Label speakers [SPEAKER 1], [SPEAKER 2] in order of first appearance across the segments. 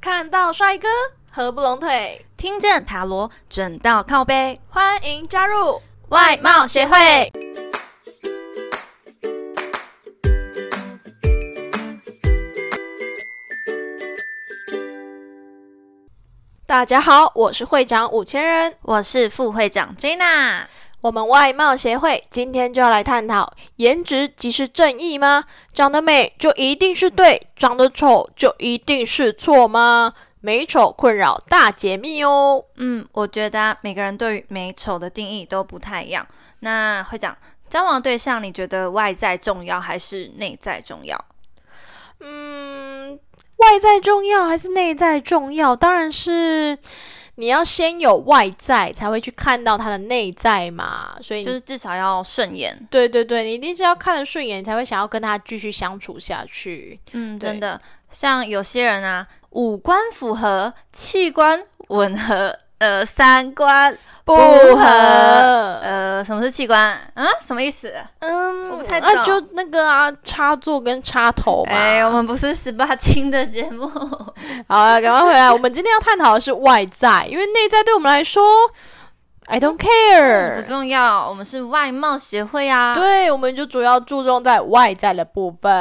[SPEAKER 1] 看到帅哥合不拢腿，
[SPEAKER 2] 听见塔罗准到靠背，
[SPEAKER 1] 欢迎加入。
[SPEAKER 2] 外貌协会。
[SPEAKER 1] 大家好，我是会长五千人，
[SPEAKER 2] 我是副会长 Jenna。
[SPEAKER 1] 我们外貌协会今天就要来探讨：颜值即是正义吗？长得美就一定是对，长得丑就一定是错吗？美丑困扰大解密哦。
[SPEAKER 2] 嗯，我觉得啊、每个人对于美丑的定义都不太一样。那会长，交往对象你觉得外在重要还是内在重要？
[SPEAKER 1] 嗯，外在重要还是内在重要？当然是你要先有外在，才会去看到他的内在嘛。所以你
[SPEAKER 2] 就是至少要顺眼。
[SPEAKER 1] 对对对，你一定是要看得顺眼，你才会想要跟他继续相处下去。
[SPEAKER 2] 嗯，
[SPEAKER 1] 对
[SPEAKER 2] 真的，像有些人啊，五官符合，器官吻合，呃，三观不合。呃，什么是器官？啊，什么意思？
[SPEAKER 1] 嗯，
[SPEAKER 2] 我不太
[SPEAKER 1] 啊，
[SPEAKER 2] 懂
[SPEAKER 1] 就那个啊，插座跟插头嘛。
[SPEAKER 2] 哎，我们不是十八禁的节目。
[SPEAKER 1] 好了，赶快回来。我们今天要探讨的是外在，因为内在对我们来说，I don't
[SPEAKER 2] 不
[SPEAKER 1] care。
[SPEAKER 2] 重要，我们是外貌协会啊。，
[SPEAKER 1] 对，我们就主要注重在外在的部分。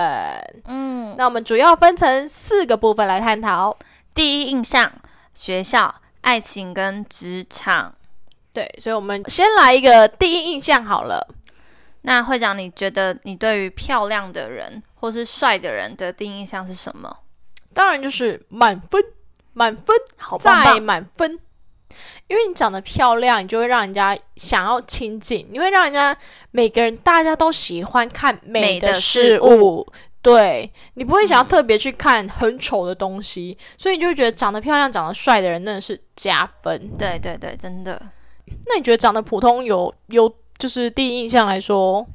[SPEAKER 2] 嗯，
[SPEAKER 1] 那我们主要分成四个部分来探讨。
[SPEAKER 2] 第一印象、学校、爱情跟职场。
[SPEAKER 1] 对，所以我们先来一个第一印象好了。
[SPEAKER 2] 那会长，你觉得你对于漂亮的人或是帅的人的第一印象是什么？
[SPEAKER 1] 当然就是满分，满分
[SPEAKER 2] 好棒
[SPEAKER 1] 再
[SPEAKER 2] 棒，
[SPEAKER 1] 满分。因为你长得漂亮，你就会让人家想要亲近，你会让人家每个人大家都喜欢看
[SPEAKER 2] 美
[SPEAKER 1] 的
[SPEAKER 2] 的
[SPEAKER 1] 事
[SPEAKER 2] 事
[SPEAKER 1] 物，对你不会想要特别去看很丑的东西，所以你就会觉得长得漂亮、长得帅的人真的是加分。
[SPEAKER 2] 对对对，真的
[SPEAKER 1] 那你觉得长得普通有有就是第一印象来说，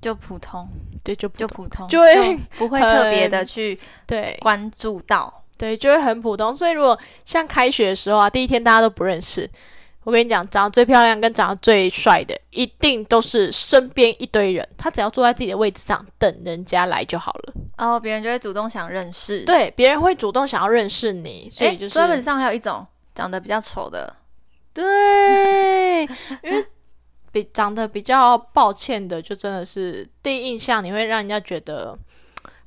[SPEAKER 2] 就普通，
[SPEAKER 1] 对就
[SPEAKER 2] 就
[SPEAKER 1] 就
[SPEAKER 2] 普通，
[SPEAKER 1] 就会
[SPEAKER 2] 不会特别的去
[SPEAKER 1] 对
[SPEAKER 2] 关注到。
[SPEAKER 1] 对，就会很普通。所以如果像开学的时候啊，第一天大家都不认识，我跟你讲，长得最漂亮跟长得最帅的，一定都是身边一堆人，他只要坐在自己的位置上等人家来就好了。
[SPEAKER 2] 哦，别人就会主动想认识。，
[SPEAKER 1] 对，别人会主动想要认识你，所以
[SPEAKER 2] 哎，
[SPEAKER 1] 就是、
[SPEAKER 2] 桌本上还有一种长得比较丑的，
[SPEAKER 1] 对，因为比长得比较抱歉的，就真的是第一印象，你会让人家觉得。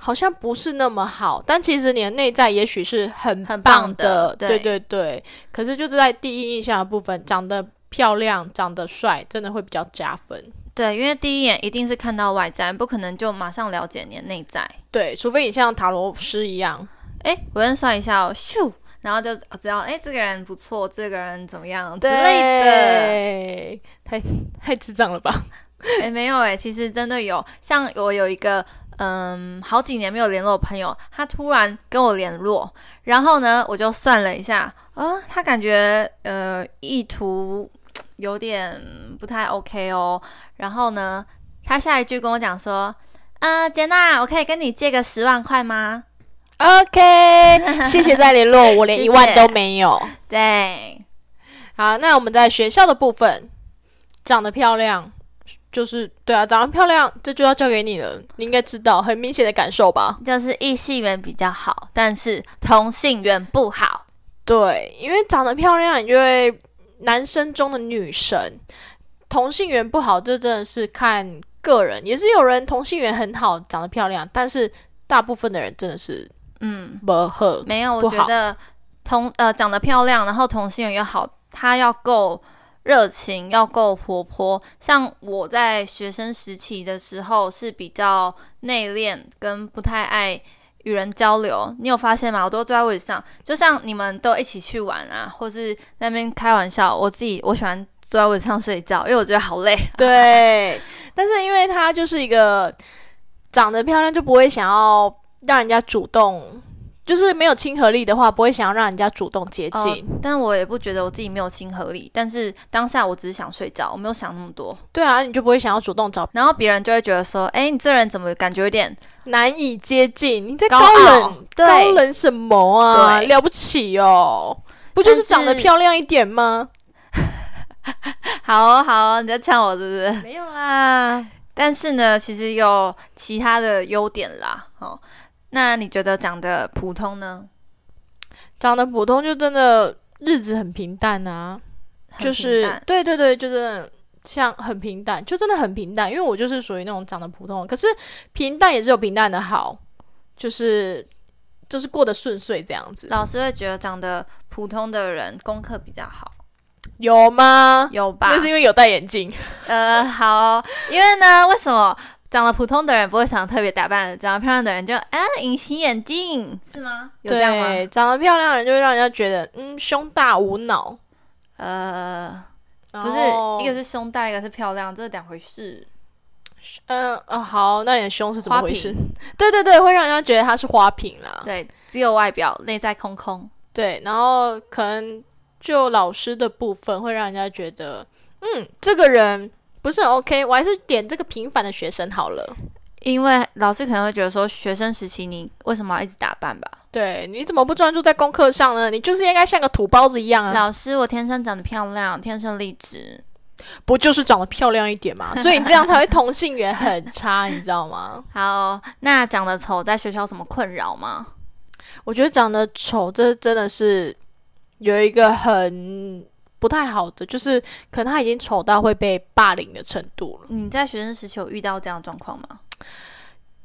[SPEAKER 1] 好像不是那么好，但其实你的内在也许是很
[SPEAKER 2] 很
[SPEAKER 1] 棒
[SPEAKER 2] 棒的
[SPEAKER 1] 对
[SPEAKER 2] 对
[SPEAKER 1] 对对。可是就是在第一印象的部分，长得漂亮、长得帅，真的会比较加分。
[SPEAKER 2] 对，因为第一眼一定是看到外在，不可能就马上了解你的内在。
[SPEAKER 1] 对，除非你像塔罗师一样，
[SPEAKER 2] 哎，我认识一下哦，咻，然后就知道，哎，这个人不错，这个人怎么样之
[SPEAKER 1] 之
[SPEAKER 2] 类
[SPEAKER 1] 类的，太太智障了 吧？
[SPEAKER 2] 的。哎，没有哎，其实真的有，像我有一个。嗯，好几年没有联络的朋友，他突然跟我联络，然后呢，我就算了一下，啊，他感觉呃意图有点不太 OK 哦。然后呢，他下一句跟我讲说，呃，杰娜，我可以跟你借个十万块吗？
[SPEAKER 1] OK，谢谢再联络，我连一万
[SPEAKER 2] 谢谢
[SPEAKER 1] 都没有。
[SPEAKER 2] 对，
[SPEAKER 1] 好，那我们在学校的部分，长得漂亮，就是对啊，长得漂亮，这就要交给你了，你应该知道，很明显的感受吧？
[SPEAKER 2] 就是异性缘比较好，但是同性缘不好。
[SPEAKER 1] 对，因为长得漂亮，你就会男生中的女神。同性缘不好，这真的是看个人，也是有人同性缘很好，长得漂亮，但是大部分的人真的是
[SPEAKER 2] 嗯，
[SPEAKER 1] 不合。
[SPEAKER 2] 没有，
[SPEAKER 1] 不
[SPEAKER 2] 我
[SPEAKER 1] 好
[SPEAKER 2] 觉得同呃长得漂亮，然后同性缘又好，她要够热情，要够活泼。像我在学生时期的时候是比较内敛，跟不太爱。与人交流，你有发现吗？我都坐在位置上，就像你们都一起去玩啊，或是那边开玩笑。我自己我喜欢坐在位置上睡觉，因为我觉得好累。
[SPEAKER 1] 对，但是因为她就是一个长得漂亮，就不会想要让人家主动，就是没有亲和力的话，不会想要让人家主动接
[SPEAKER 2] 哦
[SPEAKER 1] 近。
[SPEAKER 2] 但我也不觉得我自己没有亲和力，但是当下我只是想睡觉，我没有想那么多。
[SPEAKER 1] 对啊，你就不会想要主动找，
[SPEAKER 2] 然后别人就会觉得说，哎，你这人怎么感觉有点
[SPEAKER 1] 难以接近。你在
[SPEAKER 2] 高
[SPEAKER 1] 高
[SPEAKER 2] 傲
[SPEAKER 1] 冷？，高
[SPEAKER 2] 对，
[SPEAKER 1] 冷什么啊？
[SPEAKER 2] 对
[SPEAKER 1] 了不起哦，不就
[SPEAKER 2] 但
[SPEAKER 1] 是长得
[SPEAKER 2] 是
[SPEAKER 1] 漂亮一点吗？
[SPEAKER 2] 好哦好哦，你在呛我是不是？
[SPEAKER 1] 没有啦，
[SPEAKER 2] 但是呢，其实有其他的优点啦，哦，那你觉得长得普通呢？
[SPEAKER 1] 长得普通就真的日子很平淡啊，
[SPEAKER 2] 很
[SPEAKER 1] 就
[SPEAKER 2] 平
[SPEAKER 1] 是
[SPEAKER 2] 淡
[SPEAKER 1] 对对对，就真的像很平淡，就真的很平淡。因为我就是属于那种长得普通的，可是平淡也是有平淡的好，就是就是过得顺遂这样子，
[SPEAKER 2] 老师会觉得长得普通的人功课比较好，
[SPEAKER 1] 有吗？
[SPEAKER 2] 有吧
[SPEAKER 1] 那？是因为有戴眼镜，
[SPEAKER 2] 呃，好哦，因为呢，为什么长得普通的人不会长得特别打扮，长得漂亮的人就啊隐形眼镜是吗？有这样吗？
[SPEAKER 1] 对，长得漂亮的人就会让人家觉得嗯胸大无脑，
[SPEAKER 2] 呃，不是
[SPEAKER 1] 然，后
[SPEAKER 2] 一个是胸大，一个是漂亮，这是两回事。
[SPEAKER 1] 嗯哦好，那你的胸是怎么
[SPEAKER 2] 花
[SPEAKER 1] 回事
[SPEAKER 2] 瓶？
[SPEAKER 1] 对对对，会让人家觉得他是花瓶啦。
[SPEAKER 2] 对，只有外表，内在空空。
[SPEAKER 1] 对，然后可能就老师的部分会让人家觉得，嗯，这个人不是很 OK，我还是点这个平凡的学生好了。
[SPEAKER 2] 因为老师可能会觉得说，学生时期你为什么要一直打扮吧？
[SPEAKER 1] 对，你怎么不专注在功课上呢？你就是应该像个土包子一样啊，
[SPEAKER 2] 老师，我天生长得漂亮，天生丽质。
[SPEAKER 1] 不就是长得漂亮一点嘛？所以你这样才会同性缘很差，你知道吗？
[SPEAKER 2] 好，那长得丑在学校有什么困扰吗？
[SPEAKER 1] 我觉得长得丑，这真的是有一个很不太好的，就是可能他已经丑到会被霸凌的程度了。
[SPEAKER 2] 你在学生时期有遇到这样的状况吗？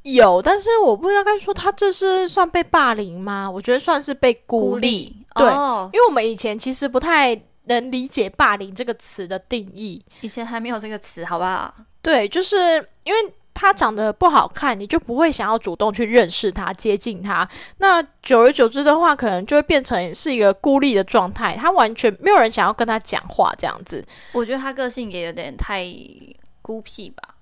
[SPEAKER 1] 有，但是我不知道该说他这是算被霸凌吗？我觉得算是被孤立，
[SPEAKER 2] 立，
[SPEAKER 1] 对
[SPEAKER 2] 哦，
[SPEAKER 1] 因为我们以前其实不太能理解“霸凌”这个词的定义。
[SPEAKER 2] 以前还没有这个词，好不好？
[SPEAKER 1] 对，就是因为他长得不好看，你就不会想要主动去认识他、接近他。那久而久之的话，可能就会变成是一个孤立的状态，他完全没有人想要跟他讲话这样子。
[SPEAKER 2] 我觉得他个性也有点太孤僻吧。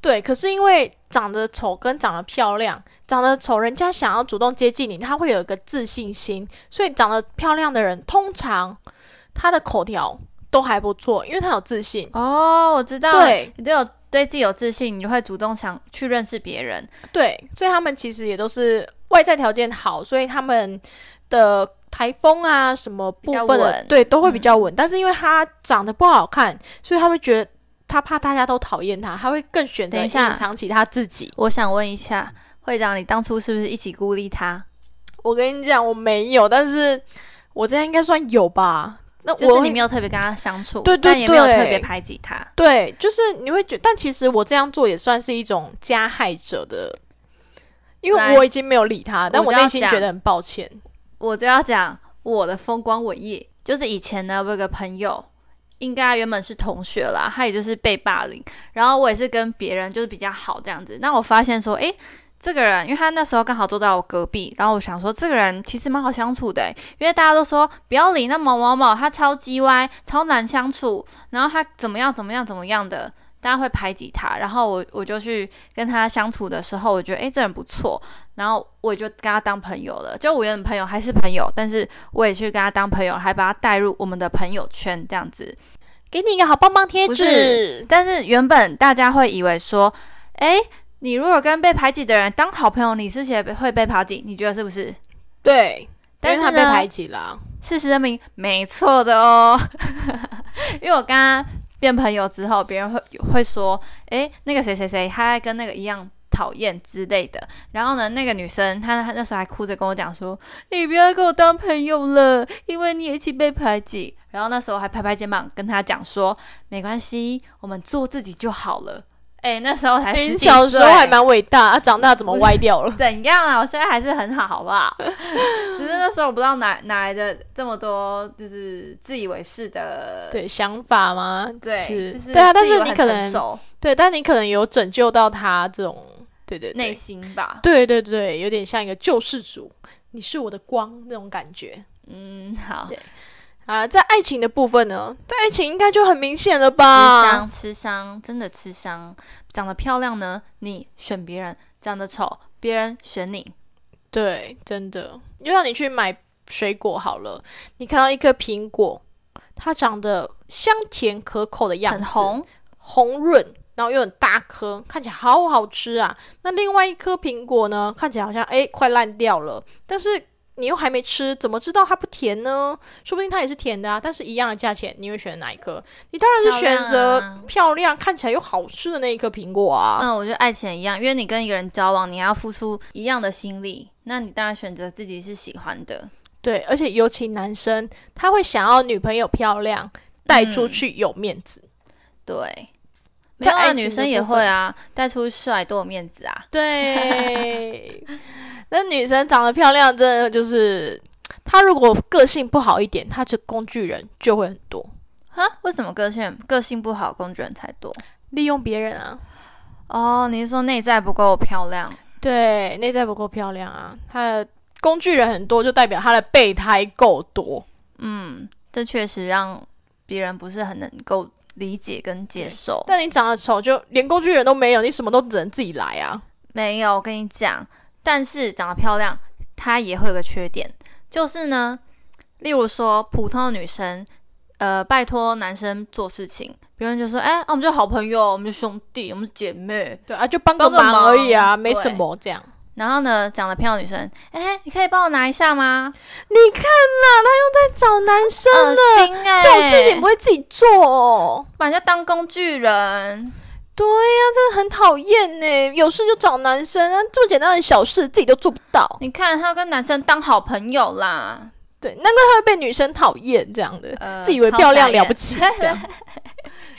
[SPEAKER 1] 对，可是因为长得丑跟长得漂亮，长得丑人家想要主动接近你，他会有一个自信心，所以长得漂亮的人通常他的口条都还不错，因为他有自信。
[SPEAKER 2] 哦，我知道，
[SPEAKER 1] 对
[SPEAKER 2] 你都有对自己有自信，你就会主动想去认识别人。
[SPEAKER 1] 对，所以他们其实也都是外在条件好，所以他们的台风啊什么部
[SPEAKER 2] 较
[SPEAKER 1] 分的
[SPEAKER 2] 稳嗯
[SPEAKER 1] 对都会比较稳，但是因为他长得不好看，所以他会觉得。他怕大家都讨厌他，他会更选择
[SPEAKER 2] 等一
[SPEAKER 1] 隐
[SPEAKER 2] 下
[SPEAKER 1] 藏起他自己。
[SPEAKER 2] 我想问一下，会长，你当初是不是一起孤立他？
[SPEAKER 1] 我跟你讲，我没有，但是我这样应该算有吧？那我
[SPEAKER 2] 就是
[SPEAKER 1] 会
[SPEAKER 2] 你没有特别跟他相处，
[SPEAKER 1] 对对
[SPEAKER 2] 但也没有
[SPEAKER 1] 对
[SPEAKER 2] 特别排挤他。
[SPEAKER 1] 对，就是你会觉但其实我这样做也算是一种加害者的，因
[SPEAKER 2] 来
[SPEAKER 1] 为我已经没有理他，但
[SPEAKER 2] 我
[SPEAKER 1] 我
[SPEAKER 2] 就要
[SPEAKER 1] 内心
[SPEAKER 2] 讲
[SPEAKER 1] 觉得很抱歉。
[SPEAKER 2] 我就要讲我的风光伟业，就是以前呢，我有个朋友，应该原本是同学啦，他也就是被霸凌，然后我也是跟别人就是比较好这样子。那我发现说，诶，这个人，因为他那时候刚好坐在我隔壁，然后我想说，这个人其实蛮好相处的、因为大家都说不要理那某某某，他超级歪，超难相处，然后他怎么样怎么样怎么样的。大家会排挤他，然后我我就去跟他相处的时候，我觉得诶，这人不错，然后我就跟他当朋友了，就我原本朋友还是朋友，但是我也去跟他当朋友，还把他带入我们的朋友圈这样子。
[SPEAKER 1] 给你一个好棒棒贴
[SPEAKER 2] 不
[SPEAKER 1] 纸，
[SPEAKER 2] 但是原本大家会以为说，诶，你如果跟被排挤的人当好朋友，你是不是也会被排挤？你觉得是不是？
[SPEAKER 1] 对，
[SPEAKER 2] 但
[SPEAKER 1] 因
[SPEAKER 2] 是
[SPEAKER 1] 为他
[SPEAKER 2] 呢，
[SPEAKER 1] 被排挤啦。
[SPEAKER 2] 事实证明没错的哦， 因为我跟他变朋友之后，别人会会说，诶，那个谁谁谁，他跟那个一样讨厌之类的。然后呢，那个女生她她那时候还哭着跟我讲说，你不要跟我当朋友了，因为你也一起被排挤。然后那时候我还拍拍肩膀跟她讲说，没关系，我们做自己就好了。诶，那时候才
[SPEAKER 1] 诶
[SPEAKER 2] 十
[SPEAKER 1] 你
[SPEAKER 2] 几
[SPEAKER 1] 小时候
[SPEAKER 2] 岁
[SPEAKER 1] 还蛮伟大，啊，长大怎么歪掉了？
[SPEAKER 2] 怎样啊？我现在还是很好，好不好？ 只是那时候我不知道哪哪来的这么多，就是自以为是 的，
[SPEAKER 1] 对，想法吗？
[SPEAKER 2] 对，
[SPEAKER 1] 是，
[SPEAKER 2] 就是
[SPEAKER 1] 对啊。但
[SPEAKER 2] 自以
[SPEAKER 1] 是
[SPEAKER 2] 为
[SPEAKER 1] 你
[SPEAKER 2] 很
[SPEAKER 1] 可
[SPEAKER 2] 成
[SPEAKER 1] 能
[SPEAKER 2] 熟
[SPEAKER 1] 对，但你可能有拯救到他这种，对对
[SPEAKER 2] 内
[SPEAKER 1] 对，
[SPEAKER 2] 心吧，
[SPEAKER 1] 对对对，有点像一个救世主，你是我的光那种感觉。
[SPEAKER 2] 嗯，好，
[SPEAKER 1] 对啊，在爱情的部分呢，在爱情应该就很明显了
[SPEAKER 2] 吃
[SPEAKER 1] 吧？
[SPEAKER 2] 香吃香，真的吃香，长得漂亮呢，你选别人；长得丑，别人选你。
[SPEAKER 1] 对，真的，就让你去买水果好了，你看到一颗苹果，它长得香甜可口的样子，
[SPEAKER 2] 很红，
[SPEAKER 1] 红润，然后又很大颗，看起来好好吃啊。那另外一颗苹果呢，看起来好像诶快烂掉了，但是你又还没吃，怎么知道它不甜呢？说不定它也是甜的啊，但是一样的价钱，你会选哪一颗？你当然是选
[SPEAKER 2] 漂亮
[SPEAKER 1] 择
[SPEAKER 2] 啊
[SPEAKER 1] 漂亮、看起来又好吃的那一颗苹果啊。
[SPEAKER 2] 嗯，我觉得爱情也一样，因为你跟一个人交往，你还要付出一样的心力，那你当然选择自己是喜欢的。
[SPEAKER 1] 对，而且尤其男生，他会想要女朋友漂亮，带出
[SPEAKER 2] 嗯
[SPEAKER 1] 去有面子。
[SPEAKER 2] 对，没
[SPEAKER 1] 在
[SPEAKER 2] 有啊，
[SPEAKER 1] 爱情
[SPEAKER 2] 女
[SPEAKER 1] 的
[SPEAKER 2] 生也
[SPEAKER 1] 部
[SPEAKER 2] 会
[SPEAKER 1] 分
[SPEAKER 2] 啊，带出去帅多有面子 啊。
[SPEAKER 1] 对， 那女生长得漂亮，真的就是她如果个性不好一点，她就工具人就会很多，
[SPEAKER 2] 哈，为什么个性个性不好，工具人才多？
[SPEAKER 1] 利用别人啊。
[SPEAKER 2] 哦，你是说内在不够漂亮？
[SPEAKER 1] 对，内在不够漂亮啊，她的工具人很多，就代表她的备胎够多。
[SPEAKER 2] 嗯，这确实让别人不是很能够理解跟接受。
[SPEAKER 1] 但你长得丑，就连工具人都没有，你什么都只能自己来啊。
[SPEAKER 2] 没有，我跟你讲，但是长得漂亮，她也会有个缺点，就是呢，例如说普通的女生，呃，拜托男生做事情，别人就说，哎、啊我们就好朋友，我们就兄弟，我们是姐妹。
[SPEAKER 1] 对啊，就帮个
[SPEAKER 2] 帮个
[SPEAKER 1] 忙而已啊，
[SPEAKER 2] 忙
[SPEAKER 1] 没什
[SPEAKER 2] 对
[SPEAKER 1] 么这样。
[SPEAKER 2] 然后呢，长得漂亮的女生，哎、你可以帮我拿一下吗？
[SPEAKER 1] 你看啦，他又在找男生，
[SPEAKER 2] 恶心哎、
[SPEAKER 1] 这种事情不会自己做哦。
[SPEAKER 2] 把人家当工具人。
[SPEAKER 1] 对呀、真的很讨厌呢。有事就找男生啊，这么简单的小事自己都做不到。
[SPEAKER 2] 你看，她跟男生当好朋友啦，
[SPEAKER 1] 对，难怪他会被女生讨厌这样的，
[SPEAKER 2] 呃
[SPEAKER 1] 自以为漂亮了不
[SPEAKER 2] 超
[SPEAKER 1] 起，这 样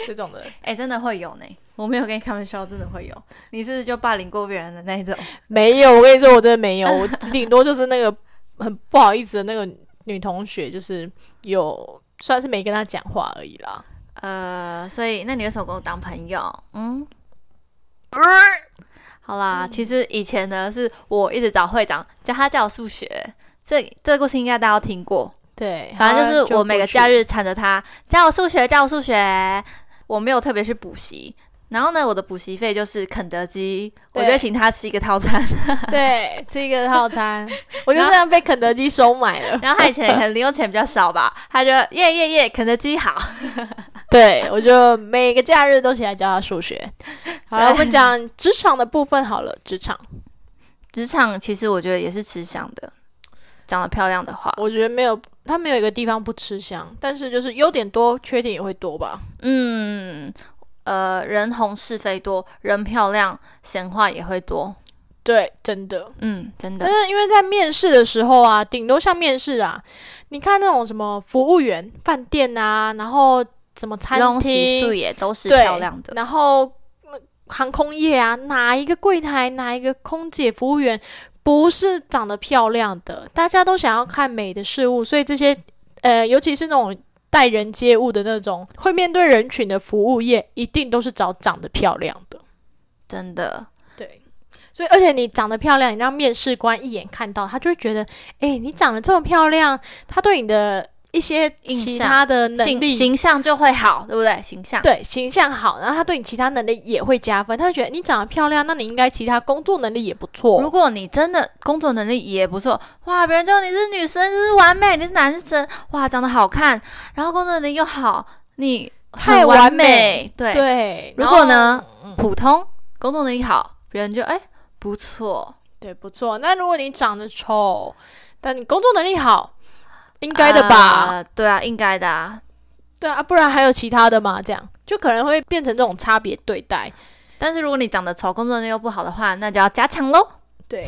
[SPEAKER 1] 这种的
[SPEAKER 2] 哎、真的会有呢。我没有跟你开玩笑，真的会有。你是不是就霸凌过别人的那一种？
[SPEAKER 1] 没有。我跟你说，我真的没有，我顶多就是那个很不好意思的那个女同学，就是有算是没跟她讲话而已啦。
[SPEAKER 2] 呃，所以那你为什么跟我当朋友？嗯，好啦，其实以前呢是我一直找会长教他教我数学，这这个故事应该大家都听过。
[SPEAKER 1] 对，
[SPEAKER 2] 反正
[SPEAKER 1] 她
[SPEAKER 2] 就是我每个
[SPEAKER 1] 过去
[SPEAKER 2] 假日缠着他教我数学，教我数学，我没有特别去补习。然后呢，我的补习费就是肯德基，我
[SPEAKER 1] 对
[SPEAKER 2] 就请他吃一个套 餐。
[SPEAKER 1] 对吃一个套餐， 我就这样被肯德基收买了。
[SPEAKER 2] 然后他以前可能零用钱比较少吧，他就耶耶耶，肯德基好。
[SPEAKER 1] 对，我就每个假日都起来教他数 学。好了，我们讲职场的部分好了。职场，
[SPEAKER 2] 职场其实我觉得也是吃香的，长得漂亮的话，
[SPEAKER 1] 我觉得没有，他没有一个地方不吃香，但是就是优点多，缺点也会多吧。
[SPEAKER 2] 嗯，呃，人红是非多，人漂亮，闲话也会多。
[SPEAKER 1] 对，真的。
[SPEAKER 2] 嗯，真
[SPEAKER 1] 但
[SPEAKER 2] 的，
[SPEAKER 1] 是因为在面试的时候啊，顶多像面试啊，你看那种什么服务员、饭店啊，然后什么餐
[SPEAKER 2] 东西素
[SPEAKER 1] 厅，
[SPEAKER 2] 也都是
[SPEAKER 1] 对
[SPEAKER 2] 漂亮的。
[SPEAKER 1] 然后、呃航空业啊，哪一个柜台、哪一个空姐、服务员不是长得漂亮的？大家都想要看美的事物，所以这些呃，尤其是那种待人接物的那种会面对人群的服务业，一定都是找长得漂亮的。
[SPEAKER 2] 真的，
[SPEAKER 1] 对，所以而且你长得漂亮，你让面试官一眼看到，他就会觉得，哎、你长得这么漂亮，他对你的一些
[SPEAKER 2] 印
[SPEAKER 1] 其
[SPEAKER 2] 象
[SPEAKER 1] 他的能
[SPEAKER 2] 形
[SPEAKER 1] 力
[SPEAKER 2] 形象就会好，对不对？形 象，
[SPEAKER 1] 对形象好，然后他对你其他能力也会加分，他会觉得你长得漂亮，那你应该其他工作能力也不错。
[SPEAKER 2] 如果你真的工作能力也不错，哇，别人就你是女生，就是完美，你是男生，哇，长得好看，然后工作能力又好，你很
[SPEAKER 1] 太
[SPEAKER 2] 完
[SPEAKER 1] 完美
[SPEAKER 2] 对，
[SPEAKER 1] 对，
[SPEAKER 2] 如
[SPEAKER 1] 然后
[SPEAKER 2] 果呢，
[SPEAKER 1] 嗯
[SPEAKER 2] 普通，工作能力好，别人就哎不错，
[SPEAKER 1] 对，不错。那如果你长得丑，但你工作能力好，应该的吧？
[SPEAKER 2] 呃对啊，应该的啊。
[SPEAKER 1] 对啊，不然还有其他的吗？这样就可能会变成这种差别对待。
[SPEAKER 2] 但是如果你长得丑，工作能力又不好的话，那就要加强喽。
[SPEAKER 1] 对，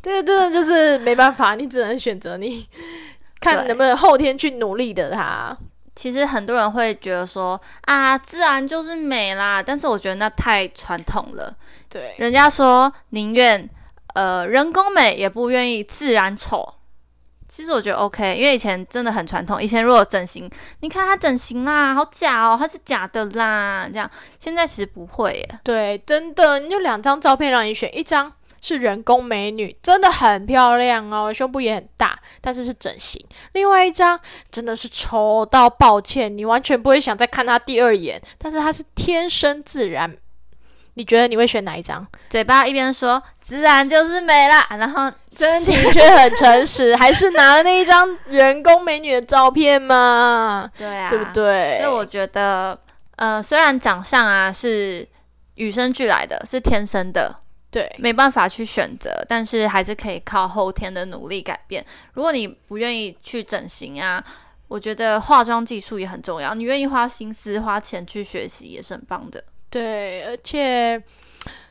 [SPEAKER 1] 这个真的就是没办法，你只能选择你看
[SPEAKER 2] 对
[SPEAKER 1] 能不能后天去努力的他。
[SPEAKER 2] 其实很多人会觉得说啊，自然就是美啦，但是我觉得那太传统了。
[SPEAKER 1] 对，
[SPEAKER 2] 人家说宁愿呃人工美，也不愿意自然丑。其实我觉得 OK，因为以前真的很传统。以前如果整形，你看她整形啦，好假哦，她是假的啦，这样。现在其实不会耶，
[SPEAKER 1] 对，真的，你就两张照片让你选，一张是人工美女，真的很漂亮哦，胸部也很大，但是是整形；另外一张真的是丑到抱歉，你完全不会想再看她第二眼，但是她是天生自然。你觉得你会选哪一 张？
[SPEAKER 2] 嘴巴一边说自然就是美啦，然后
[SPEAKER 1] 身体却很诚实，还是拿了那一张人工美女的照片吗？
[SPEAKER 2] 对啊，
[SPEAKER 1] 对不？对？
[SPEAKER 2] 所以我觉得，呃，虽然长相啊是与生俱来的，是天生的，
[SPEAKER 1] 对
[SPEAKER 2] 没办法去选择，但是还是可以靠后天的努力改变。如果你不愿意去整形啊，我觉得化妆技术也很重要，你愿意花心思、花钱去学习也是很棒的。
[SPEAKER 1] 对，而且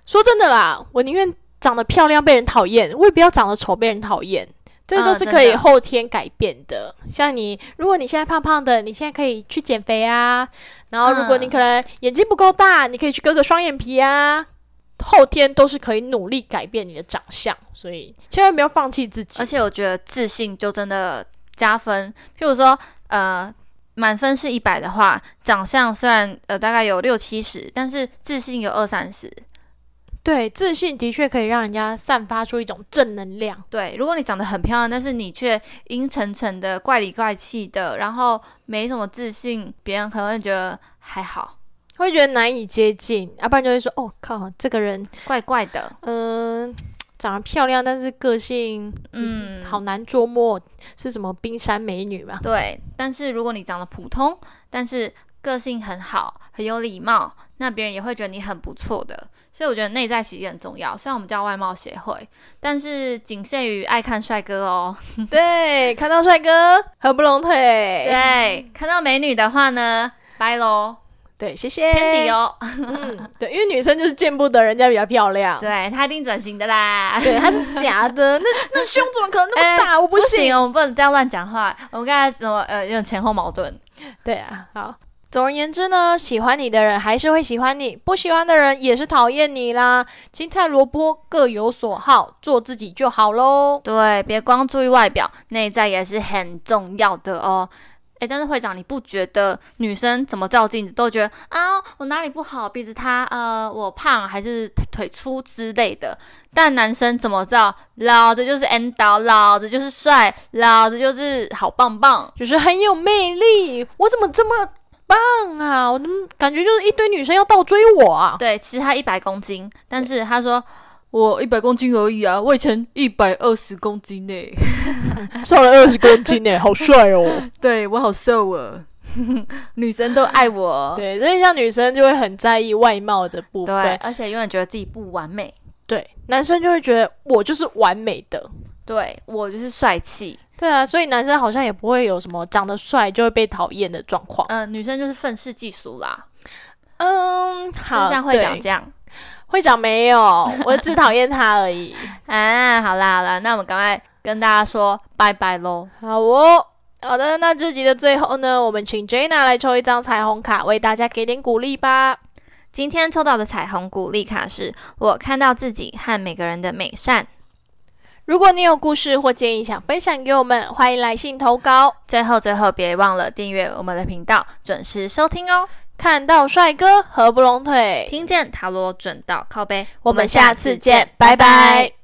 [SPEAKER 1] 说真的啦，我宁愿长得漂亮被人讨厌，我也不要长得丑被人讨厌。这都
[SPEAKER 2] 嗯
[SPEAKER 1] 是
[SPEAKER 2] 真
[SPEAKER 1] 可以
[SPEAKER 2] 的
[SPEAKER 1] 后天改变的。像你，如果你现在胖胖的，你现在可以去减肥啊。然后，如果你
[SPEAKER 2] 嗯
[SPEAKER 1] 可能眼睛不够大，你可以去割个双眼皮啊。后天都是可以努力改变你的长相，所以千万不要放弃自己
[SPEAKER 2] 而。且我觉得自信就真的加分。譬如说，呃，满分是一百的话，长相虽然呃大概有六七十，但是自信有二三十。
[SPEAKER 1] 对，自信的确可以让人家散发出一种正能量。
[SPEAKER 2] 对，如果你长得很漂亮，但是你却阴沉沉的、怪里怪气的，然后没什么自信，别人可能会觉得还好，
[SPEAKER 1] 会觉得难以接近，要、不然就会说：“哦靠，这个人，
[SPEAKER 2] 怪怪的。
[SPEAKER 1] 嗯、长得漂亮，但是个性
[SPEAKER 2] 嗯，
[SPEAKER 1] 好难捉摸，是什么冰山美女 嘛
[SPEAKER 2] 对，但是如果你长得普通，但是个性很好，很有礼貌，那别人也会觉得你很不错的。所以我觉得内在其实很重要。虽然我们叫外貌协会，但是仅限于爱看帅哥哦。？”
[SPEAKER 1] 对，看到帅哥合不拢
[SPEAKER 2] 哎
[SPEAKER 1] 腿。
[SPEAKER 2] 对，看到美女的话呢，拜喽，
[SPEAKER 1] 对，谢谢。
[SPEAKER 2] 天敌哦。
[SPEAKER 1] 嗯，对，因为女生就是见不得人家比较漂亮。
[SPEAKER 2] 对他一定整形的啦。
[SPEAKER 1] 对，她是假的，那那胸怎么可能那么大？我不
[SPEAKER 2] 哎不
[SPEAKER 1] 信。
[SPEAKER 2] 行，我们不能这样乱讲话。我们刚才怎么呃有点前后矛盾？
[SPEAKER 1] 对啊，好。总而言之呢，喜欢你的人还是会喜欢你，不喜欢的人也是讨厌你啦。青菜萝卜各有所好，做自己就好喽。
[SPEAKER 2] 对，别光注意外表，内在也是很重要的哦。诶，但是会长，你不觉得女生怎么照镜子都觉得啊，我哪里不好，鼻子塌，呃，我胖还是腿粗之类的？但男生怎么照，老子就是 N 导，老子就是帅，老子就是好棒棒。
[SPEAKER 1] 就是很有魅力，我怎么这么棒啊？我怎么感觉就是一堆女生要倒追我 啊？
[SPEAKER 2] 对，其实他一百公斤，但是他说我一百公斤而已啊，我以前一百二十公斤呢、
[SPEAKER 1] 瘦了二十公斤呢，好帅哦！
[SPEAKER 2] 对我好瘦啊， 女生都爱 我。哦
[SPEAKER 1] 对，所以像女生就会很在意外貌的部
[SPEAKER 2] 对，
[SPEAKER 1] 分，
[SPEAKER 2] 而且永远觉得自己不完美。
[SPEAKER 1] 对，男生就会觉得我就是完美的。
[SPEAKER 2] 对我就是帅气，
[SPEAKER 1] 对啊，所以男生好像也不会有什么长得帅就会被讨厌的状况。
[SPEAKER 2] 嗯、女生就是愤世嫉俗啦，
[SPEAKER 1] 嗯，
[SPEAKER 2] 就
[SPEAKER 1] 好，
[SPEAKER 2] 像会长
[SPEAKER 1] 对
[SPEAKER 2] 这样。
[SPEAKER 1] 会长没 有，我只讨厌他而已。
[SPEAKER 2] 啊，好啦好啦，那我们赶快跟大家说拜拜喽。
[SPEAKER 1] 好哦，好的，那这集的最后呢，我们请 Jana 来抽一张彩虹卡，为大家给点鼓励吧。
[SPEAKER 2] 今天抽到的彩虹鼓励卡是我看到自己和每个人的美善。
[SPEAKER 1] 如果你有故事或建议想分享给我们，欢迎来信投稿。
[SPEAKER 2] 最后最后，别忘了订阅我们的频道，准时收听哦。
[SPEAKER 1] 看到帅哥合不拢腿，
[SPEAKER 2] 哎听见塔罗准到靠背，
[SPEAKER 1] 我们下次见，拜拜。